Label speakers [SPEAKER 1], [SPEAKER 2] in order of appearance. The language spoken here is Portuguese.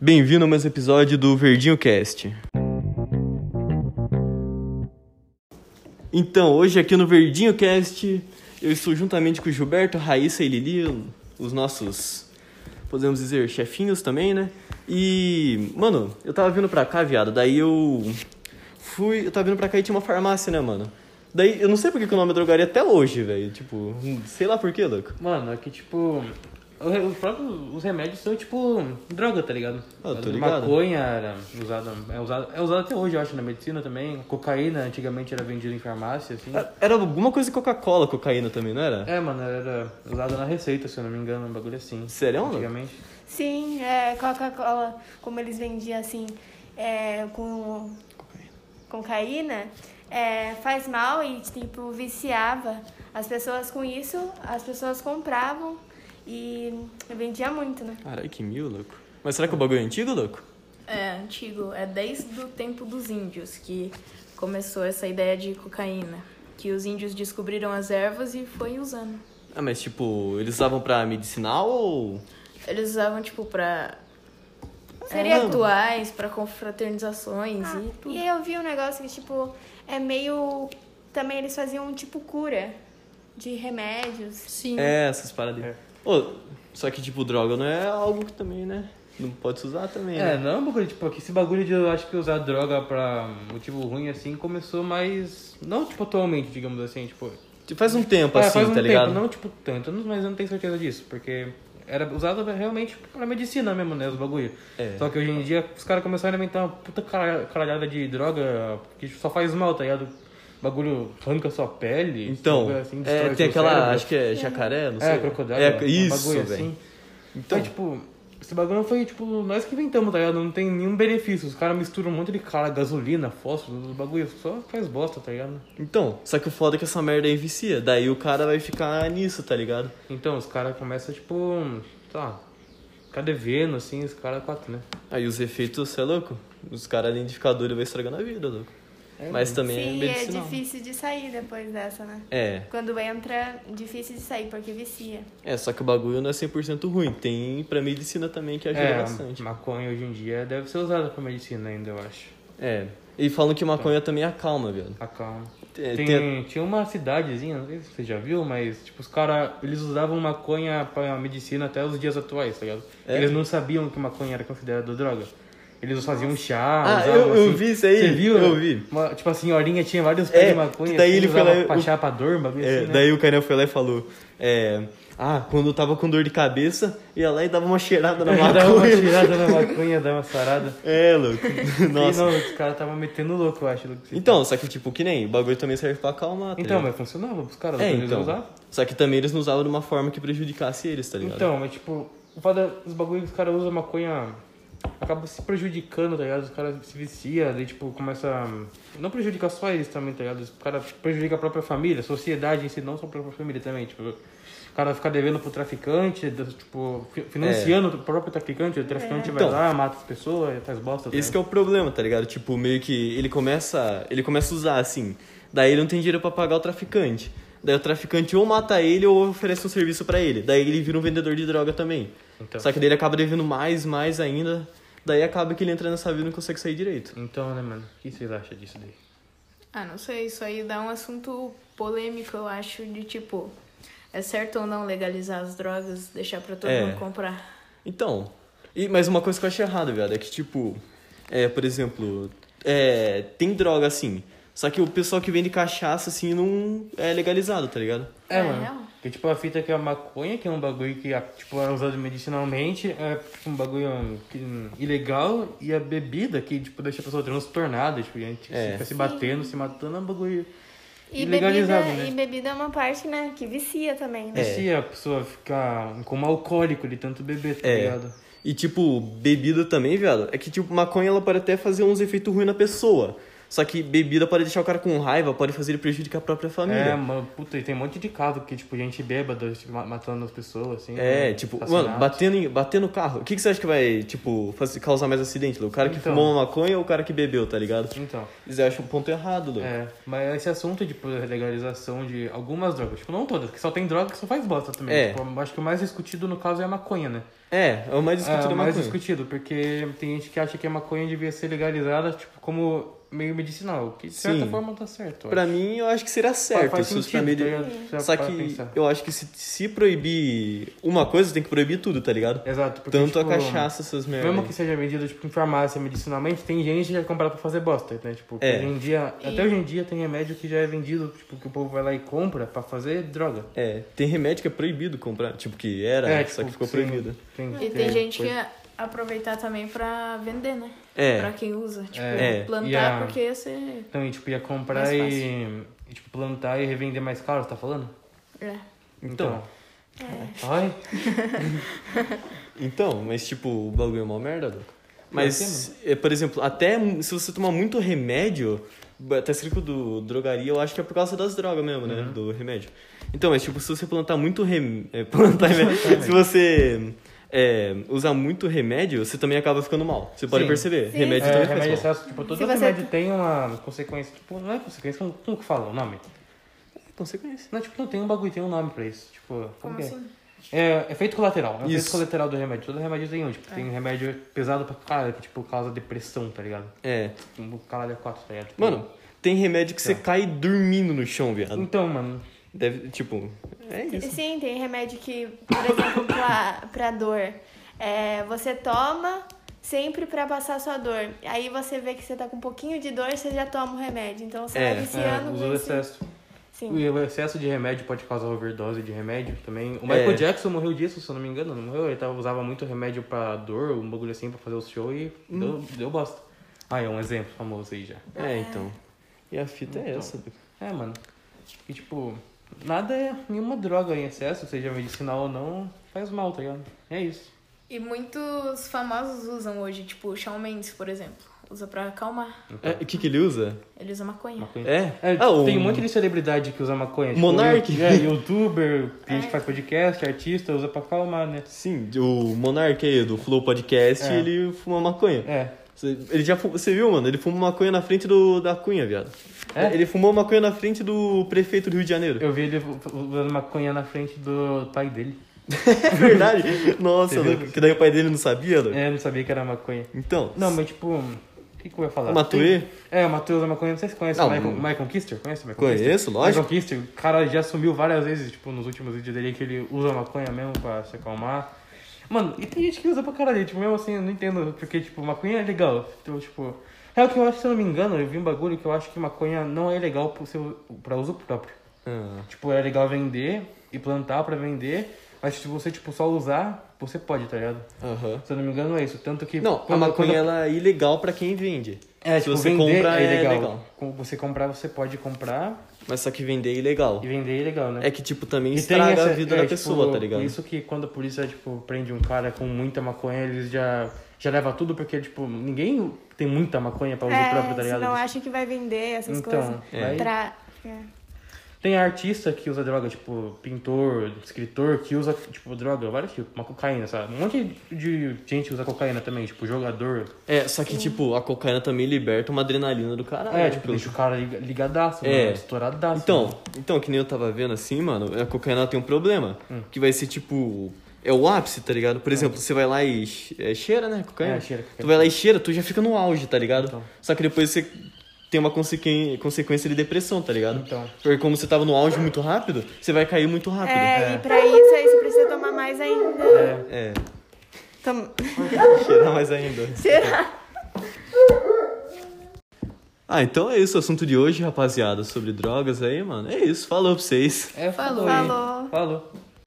[SPEAKER 1] Bem-vindo a mais um episódio do Verdinho Cast. Então, hoje aqui no Verdinho Cast, eu estou juntamente com o Gilberto, Raíssa e Lili, os nossos, podemos dizer, chefinhos também, né? E, mano, eu tava vindo pra cá, viado, daí eu fui, eu tava vindo pra cá e tinha uma farmácia, né, mano? Daí, eu não sei porque que o nome é drogaria até hoje, velho, tipo, sei lá porquê, louco.
[SPEAKER 2] Mano, é que tipo. o re- Os próprios os remédios são tipo droga, tá ligado?
[SPEAKER 1] Ah, tô
[SPEAKER 2] A
[SPEAKER 1] ligado.
[SPEAKER 2] Maconha era usada, é usada, é usada até hoje, eu acho, na medicina também. Cocaína antigamente era vendida em farmácia, assim.
[SPEAKER 1] Era alguma coisa de Coca-Cola, cocaína também, não era?
[SPEAKER 2] É, mano, era usada na receita, se eu não me engano, um bagulho assim.
[SPEAKER 1] Sério, mano?
[SPEAKER 2] Antigamente.
[SPEAKER 3] Sim, é Coca-Cola, como eles vendiam assim, é, com cocaína, é, faz mal e tipo viciava as pessoas com isso, as pessoas compravam e vendia muito, né?
[SPEAKER 1] Caralho, que mil, louco. Mas será que o bagulho é antigo, louco?
[SPEAKER 4] É, antigo. É desde o tempo dos índios que começou essa ideia de cocaína. Que os índios descobriram as ervas e foi usando.
[SPEAKER 1] Ah, mas tipo, eles usavam pra medicinal ou.
[SPEAKER 4] Eles usavam, tipo, pra
[SPEAKER 3] Seria
[SPEAKER 4] é, rituais, pra confraternizações e
[SPEAKER 3] E
[SPEAKER 4] tudo.
[SPEAKER 3] eu vi um negócio que tipo é meio também eles faziam tipo cura de remédios.
[SPEAKER 4] Sim.
[SPEAKER 1] É, essas paradas. aí.
[SPEAKER 2] É.
[SPEAKER 1] Ô, só que tipo, droga não é algo que também, né? Não pode se usar também.
[SPEAKER 2] É,
[SPEAKER 1] né?
[SPEAKER 2] não é um bagulho, tipo, que esse bagulho de eu acho que usar droga pra motivo ruim assim começou mais. Não, tipo, atualmente, digamos assim, tipo.
[SPEAKER 1] Tipo, Faz um tempo
[SPEAKER 2] É,
[SPEAKER 1] assim,
[SPEAKER 2] faz um
[SPEAKER 1] tá
[SPEAKER 2] tempo,
[SPEAKER 1] ligado?
[SPEAKER 2] não tipo tanto, mas eu não tenho certeza disso, porque era usado realmente pra medicina mesmo, né, os bagulho.
[SPEAKER 1] É.
[SPEAKER 2] Só que hoje em dia os caras começaram a inventar uma puta cara- caralhada de droga que só faz mal, tá ligado? Bagulho arranca sua pele.
[SPEAKER 1] Então,
[SPEAKER 2] bagulho assim,
[SPEAKER 1] é,
[SPEAKER 2] destrói
[SPEAKER 1] tem
[SPEAKER 2] seu
[SPEAKER 1] aquela,
[SPEAKER 2] cérebro.
[SPEAKER 1] acho que é jacaré, não sei.
[SPEAKER 2] É, crocodilo.
[SPEAKER 1] É,
[SPEAKER 2] um
[SPEAKER 1] isso,
[SPEAKER 2] bagulho
[SPEAKER 1] velho.
[SPEAKER 2] assim.
[SPEAKER 1] Então-
[SPEAKER 2] Então, tipo, esse bagulho foi, tipo, nós que inventamos, tá ligado? Não tem nenhum benefício. Os caras misturam um monte de cara, gasolina, fósforo, os bagulho só faz bosta, tá ligado?
[SPEAKER 1] Então, só que o foda é que essa merda aí vicia. Daí o cara vai ficar nisso, tá ligado?
[SPEAKER 2] Então, os caras começam, tipo, sei lá, ficar devendo, assim, os caras quatro, né?
[SPEAKER 1] Aí os efeitos, você é louco? Os caras identificadores vai estragando a vida, louco. Mas
[SPEAKER 2] né?
[SPEAKER 1] também é
[SPEAKER 3] Sim, é
[SPEAKER 1] medicinal.
[SPEAKER 3] difícil de sair depois dessa, né?
[SPEAKER 1] É,
[SPEAKER 3] Quando entra, difícil de sair porque vicia.
[SPEAKER 1] É, só que o bagulho não é 100% ruim. Tem pra medicina também que ajuda
[SPEAKER 2] É,
[SPEAKER 1] bastante.
[SPEAKER 2] maconha hoje em dia deve ser usada pra medicina ainda, eu acho.
[SPEAKER 1] É. E falam que maconha também acalma, velho.
[SPEAKER 2] Acalma.
[SPEAKER 1] É,
[SPEAKER 2] Tá. Tem,
[SPEAKER 1] tem-
[SPEAKER 2] Tinha uma cidadezinha, não sei se você já viu, mas tipo, os caras, eles usavam maconha pra medicina até os dias atuais, tá ligado?
[SPEAKER 1] É?
[SPEAKER 2] Eles não sabiam que maconha era considerada droga. Eles faziam chá,
[SPEAKER 1] Ah,
[SPEAKER 2] usavam,
[SPEAKER 1] eu- eu
[SPEAKER 2] assim-
[SPEAKER 1] vi isso aí,
[SPEAKER 2] Você viu?
[SPEAKER 1] eu vi.
[SPEAKER 2] Uma- tipo, a senhorinha tinha vários pés
[SPEAKER 1] É,
[SPEAKER 2] de maconha,
[SPEAKER 1] daí
[SPEAKER 2] assim,
[SPEAKER 1] ele foi
[SPEAKER 2] usava
[SPEAKER 1] lá,
[SPEAKER 2] pra
[SPEAKER 1] eu-
[SPEAKER 2] chá, pra dor, bagulho
[SPEAKER 1] É,
[SPEAKER 2] assim, né?
[SPEAKER 1] Daí o cara foi lá e falou: é, Ah, quando eu tava com dor de cabeça, ia lá e dava uma cheirada na
[SPEAKER 2] Dava uma
[SPEAKER 1] maconha.
[SPEAKER 2] tirada na maconha, dava uma sarada.
[SPEAKER 1] É, louco.
[SPEAKER 2] Nossa.
[SPEAKER 1] Nossa.
[SPEAKER 2] Não, os caras estavam metendo louco, eu acho. Lucas.
[SPEAKER 1] Então, só que tipo, que nem, o bagulho também serve pra acalmar. tá
[SPEAKER 2] Então,
[SPEAKER 1] ligado?
[SPEAKER 2] mas funcionava pros caras,
[SPEAKER 1] É,
[SPEAKER 2] eles
[SPEAKER 1] então.
[SPEAKER 2] usavam.
[SPEAKER 1] Só que também eles não usavam de uma forma que prejudicasse eles, tá ligado?
[SPEAKER 2] Então, mas tipo, o foda, os bagulhos que os caras usam maconha acaba se prejudicando, tá ligado? Os caras se vicia, daí tipo, começa. a- Não prejudica só eles também, tá ligado? Os caras prejudicam a própria família, a sociedade em si, não só a própria família também, tipo. O cara fica devendo pro traficante, do- tipo, fi- financiando o próprio traficante, o traficante vai
[SPEAKER 1] É. Então.
[SPEAKER 2] lá, mata as pessoas, faz bosta. tá
[SPEAKER 1] Esse que é
[SPEAKER 2] ligado?
[SPEAKER 1] o problema, tá ligado? Tipo, meio que ele começa, ele começa a usar assim. Daí ele não tem dinheiro pra pagar o traficante. Daí o traficante ou mata ele ou oferece um serviço pra ele. Daí ele vira um vendedor de droga também.
[SPEAKER 2] Então.
[SPEAKER 1] Só que daí ele acaba devendo mais, mais ainda. Daí acaba que ele entra nessa vida e não consegue sair direito.
[SPEAKER 2] Então, né, mano, o que vocês acham disso daí?
[SPEAKER 4] Ah, não sei, isso aí dá um assunto polêmico, eu acho, de tipo, é certo ou não legalizar as drogas, deixar pra todo
[SPEAKER 1] É.
[SPEAKER 4] mundo comprar.
[SPEAKER 1] Então, e, mas uma coisa que eu achei errada, velho, é que, tipo, é, por exemplo, é, tem droga assim. Só que o pessoal que vende cachaça, assim, não é legalizado, tá ligado?
[SPEAKER 2] É,
[SPEAKER 4] É, real.
[SPEAKER 2] mano. Porque, tipo, a fita que é a maconha, que é um bagulho que, ah, tipo, é usado medicinalmente, é tipo, um bagulho hum, que, hum, ilegal, e a bebida, que, tipo, deixa a pessoa transtornada, tipo, e a gente
[SPEAKER 1] É.
[SPEAKER 2] fica se batendo, se matando, é um bagulho
[SPEAKER 3] E bebida,
[SPEAKER 2] ilegalizado, né?
[SPEAKER 3] e bebida é uma parte, né, que vicia também, né?
[SPEAKER 1] É.
[SPEAKER 2] E se a pessoa ficar como alcoólico de tanto beber, tá
[SPEAKER 1] É.
[SPEAKER 2] ligado?
[SPEAKER 1] E, tipo, bebida também, viado. É que, tipo, maconha ela pode até fazer uns efeitos ruins na pessoa. Só que bebida pode deixar o cara com raiva, pode fazer ele prejudicar a própria
[SPEAKER 2] É,
[SPEAKER 1] família.
[SPEAKER 2] mano, puta, e tem um monte de caso que, tipo, gente bêbada tipo, ma- matando as pessoas, assim.
[SPEAKER 1] É,
[SPEAKER 2] né?
[SPEAKER 1] tipo,
[SPEAKER 2] Assassinato.
[SPEAKER 1] mano, batendo, em- batendo o carro. O que, que você acha que vai, tipo, fazer, causar mais acidente, Lu? O cara que
[SPEAKER 2] Então.
[SPEAKER 1] fumou uma maconha ou o cara que bebeu, tá ligado?
[SPEAKER 2] Então,
[SPEAKER 1] Eles acham um ponto errado, Lu.
[SPEAKER 2] é, mas esse assunto de tipo, legalização de algumas drogas, tipo, não todas, que só tem droga que só faz bosta também.
[SPEAKER 1] É.
[SPEAKER 2] Tipo, eu acho que o mais discutido no caso é a maconha, né?
[SPEAKER 1] É, é o mais discutido é,
[SPEAKER 2] é, o
[SPEAKER 1] a
[SPEAKER 2] mais
[SPEAKER 1] maconha.
[SPEAKER 2] discutido, porque tem gente que acha que a maconha devia ser legalizada, tipo, como meio medicinal, que de certa
[SPEAKER 1] Sim.
[SPEAKER 2] forma tá certo. eu
[SPEAKER 1] Pra
[SPEAKER 2] acho.
[SPEAKER 1] mim, eu acho que seria certo.
[SPEAKER 2] faz
[SPEAKER 1] se fosse pra
[SPEAKER 2] sentido,
[SPEAKER 1] medir-
[SPEAKER 2] tá ligado? Já
[SPEAKER 1] Só
[SPEAKER 2] para
[SPEAKER 1] que
[SPEAKER 2] pensar.
[SPEAKER 1] eu acho que se, se proibir uma coisa, tem que proibir tudo, tá ligado?
[SPEAKER 2] Exato, porque,
[SPEAKER 1] Tanto
[SPEAKER 2] tipo,
[SPEAKER 1] a cachaça, é. essas merdas.
[SPEAKER 2] Mesmo que seja vendido tipo, em farmácia medicinalmente, tem gente que já compra pra fazer bosta, né? Tipo,
[SPEAKER 1] É.
[SPEAKER 2] hoje em dia,
[SPEAKER 4] E-
[SPEAKER 2] até hoje em dia tem remédio que já é vendido, tipo, que o povo vai lá e compra pra fazer droga.
[SPEAKER 1] É, tem remédio que é proibido comprar. Tipo, que era,
[SPEAKER 2] É,
[SPEAKER 1] só
[SPEAKER 2] tipo,
[SPEAKER 1] que ficou
[SPEAKER 2] sim.
[SPEAKER 1] proibido.
[SPEAKER 4] E tem
[SPEAKER 2] tipo,
[SPEAKER 4] gente que é ia aproveitar também pra vender, né? Pra
[SPEAKER 1] É,
[SPEAKER 4] quem usa. Tipo,
[SPEAKER 2] É.
[SPEAKER 4] plantar,
[SPEAKER 2] E a-
[SPEAKER 4] porque você.
[SPEAKER 2] Então, e, tipo, ia comprar
[SPEAKER 4] Mais
[SPEAKER 2] e, e, tipo, plantar e revender mais caro, você tá falando?
[SPEAKER 4] É.
[SPEAKER 1] então.
[SPEAKER 2] Então, Ai,
[SPEAKER 1] Então, mas tipo, o bagulho é uma merda, louco.
[SPEAKER 2] Pior
[SPEAKER 1] Mas, é, por exemplo, até se você tomar muito remédio, ba- tá escrito do drogaria, eu acho que é por causa das drogas mesmo,
[SPEAKER 2] Uhum.
[SPEAKER 1] né? Do remédio. Então, mas tipo, se você plantar muito remédio. plantar remédio. se você é, usar muito remédio, você também acaba ficando mal. Você pode
[SPEAKER 2] Sim.
[SPEAKER 1] perceber.
[SPEAKER 3] Sim.
[SPEAKER 1] Remédio
[SPEAKER 2] é,
[SPEAKER 1] também faz
[SPEAKER 2] remédio
[SPEAKER 1] mal.
[SPEAKER 2] excesso, tipo, todo
[SPEAKER 3] Se você-
[SPEAKER 2] remédio tem uma consequência, tipo, não é consequência, como, como que fala o nome? é
[SPEAKER 1] Consequência.
[SPEAKER 2] Não, tipo, não tem um bagulho, tem um nome pra isso, tipo,
[SPEAKER 4] Como
[SPEAKER 2] que é?
[SPEAKER 4] assim?
[SPEAKER 2] É, efeito colateral. É o efeito
[SPEAKER 1] Isso.
[SPEAKER 2] colateral do remédio. Todo remédio tem um. Tipo,
[SPEAKER 4] É.
[SPEAKER 2] tem remédio pesado pra caralho, que tipo, causa depressão, tá ligado?
[SPEAKER 1] É.
[SPEAKER 2] Um caralho é quatro, tá ligado? Tipo,
[SPEAKER 1] Mano, tem remédio que você
[SPEAKER 2] Tá.
[SPEAKER 1] cai dormindo no chão, viado.
[SPEAKER 2] Então, mano.
[SPEAKER 1] Deve, tipo, é isso.
[SPEAKER 3] Sim, tem remédio que, por exemplo, pra, pra dor. É, você toma sempre pra passar a sua dor. Aí você vê que você tá com um pouquinho de dor, você já toma o remédio. Então você
[SPEAKER 1] É,
[SPEAKER 3] vai
[SPEAKER 2] É,
[SPEAKER 3] viciando
[SPEAKER 2] usou
[SPEAKER 3] nesse-
[SPEAKER 2] excesso.
[SPEAKER 3] Sim.
[SPEAKER 2] E o excesso de remédio pode causar overdose de remédio também. O Michael
[SPEAKER 1] É.
[SPEAKER 2] Jackson morreu disso, se eu não me engano. Não morreu? Ele tava, usava muito remédio pra dor, um bagulho assim, pra fazer o show e
[SPEAKER 1] Hum.
[SPEAKER 2] deu, deu bosta. Ah, é um exemplo famoso aí já.
[SPEAKER 1] É, então. E a fita é essa, louco.
[SPEAKER 2] É, mano. E tipo, nada é. Nenhuma droga em excesso, seja medicinal ou não, faz mal, tá ligado? É isso.
[SPEAKER 4] E muitos famosos usam hoje, tipo, o Shawn Mendes, por exemplo. Usa pra acalmar.
[SPEAKER 1] É, o que, que ele usa?
[SPEAKER 4] Ele usa maconha.
[SPEAKER 2] Maconha.
[SPEAKER 1] É?
[SPEAKER 2] É,
[SPEAKER 1] Ah, o-
[SPEAKER 2] Tem um monte de celebridade que usa maconha. Tipo,
[SPEAKER 1] Monark.
[SPEAKER 2] you- é, youtuber, gente que faz podcast, artista, usa pra acalmar, né?
[SPEAKER 1] Sim, o Monark aí do Flow Podcast,
[SPEAKER 2] É.
[SPEAKER 1] ele fuma maconha.
[SPEAKER 2] É.
[SPEAKER 1] Você- Ele já fu- Você viu, mano? Ele fuma maconha na frente do, da Cunha, viado.
[SPEAKER 2] É?
[SPEAKER 1] Ele fumou maconha na frente do prefeito do Rio de Janeiro.
[SPEAKER 2] Eu vi ele usando maconha na frente do pai dele.
[SPEAKER 1] É verdade? Nossa,
[SPEAKER 2] Você viu?
[SPEAKER 1] louco, que daí o pai dele não sabia, louco.
[SPEAKER 2] É, não sabia que era maconha.
[SPEAKER 1] Então,
[SPEAKER 2] Não, mas tipo, o que, que eu ia falar?
[SPEAKER 1] o Matuê,
[SPEAKER 2] É, o Matuê usa maconha, não sei se conhece
[SPEAKER 1] Não,
[SPEAKER 2] o Michael,
[SPEAKER 1] não.
[SPEAKER 2] Michael Kister. Conhece o Michael Kister?
[SPEAKER 1] conheço, lógico.
[SPEAKER 2] Michael Kister, o cara já sumiu várias vezes, tipo, nos últimos vídeos dele que ele usa maconha mesmo pra se acalmar. Mano, e tem gente que usa pra caralho, tipo, mesmo assim, eu não entendo, porque, tipo, maconha é legal. Então, tipo, é o que eu acho, se eu não me engano, eu vi um bagulho que eu acho que maconha não é legal pro seu, pra uso próprio.
[SPEAKER 1] Ah,
[SPEAKER 2] Tipo, é legal vender e plantar pra vender, mas se você, tipo, só usar, você pode, tá ligado?
[SPEAKER 1] aham.
[SPEAKER 2] Se eu não me engano, é isso. Tanto que.
[SPEAKER 1] Não, a
[SPEAKER 2] quando-
[SPEAKER 1] maconha
[SPEAKER 2] quando-
[SPEAKER 1] ela é ilegal pra quem vende.
[SPEAKER 2] É,
[SPEAKER 1] se
[SPEAKER 2] tipo,
[SPEAKER 1] você
[SPEAKER 2] vender
[SPEAKER 1] compra,
[SPEAKER 2] é
[SPEAKER 1] é
[SPEAKER 2] legal.
[SPEAKER 1] legal.
[SPEAKER 2] Com- Você comprar, você pode comprar
[SPEAKER 1] Mas só que vender é ilegal.
[SPEAKER 2] e vender é legal, né?
[SPEAKER 1] É que, tipo, também
[SPEAKER 2] E tem
[SPEAKER 1] estraga
[SPEAKER 2] essa-
[SPEAKER 1] a vida
[SPEAKER 2] é,
[SPEAKER 1] da
[SPEAKER 2] tipo,
[SPEAKER 1] pessoa, tá ligado?
[SPEAKER 2] Por isso que quando a polícia, tipo, prende um cara com muita maconha, eles já, já leva tudo, porque, tipo, ninguém tem muita maconha pra uso próprio, tá
[SPEAKER 3] É,
[SPEAKER 2] ligado?
[SPEAKER 3] senão acha que vai vender essas
[SPEAKER 2] Então,
[SPEAKER 3] coisas.
[SPEAKER 2] vai-
[SPEAKER 3] Pra... é.
[SPEAKER 2] Tem artista que usa droga, tipo, pintor, escritor, que usa, tipo, droga, vários tipos, uma cocaína, sabe? Um monte de gente usa cocaína também, tipo, jogador.
[SPEAKER 1] É, só que, tipo, a cocaína também liberta uma adrenalina do caralho.
[SPEAKER 2] É, tipo, deixa o cara liga- ligadaço,
[SPEAKER 1] Ah, É.
[SPEAKER 2] mano, estouradaço.
[SPEAKER 1] Então, então, que nem eu tava vendo assim, mano, a cocaína ela tem um problema.
[SPEAKER 2] Hum.
[SPEAKER 1] Que vai ser tipo. É o ápice, tá ligado? Por exemplo, você vai lá e che- é, cheira, né? Cocaína.
[SPEAKER 2] É, cheira cocaína.
[SPEAKER 1] Tu vai lá e cheira, tu já fica no auge, tá ligado?
[SPEAKER 2] Então.
[SPEAKER 1] Só que depois você tem uma consequen- consequência de depressão, tá ligado?
[SPEAKER 2] Então.
[SPEAKER 1] Porque como você tava no auge muito rápido, você vai cair muito rápido.
[SPEAKER 3] É, e pra isso aí você precisa tomar mais ainda.
[SPEAKER 2] É.
[SPEAKER 1] É,
[SPEAKER 3] Tom-
[SPEAKER 1] cheirar mais ainda. Ah, então é isso o assunto de hoje, rapaziada, sobre drogas aí, mano. É isso, falou pra vocês.
[SPEAKER 2] É,
[SPEAKER 4] Falou.
[SPEAKER 2] aí.
[SPEAKER 3] Falou.
[SPEAKER 2] Falou.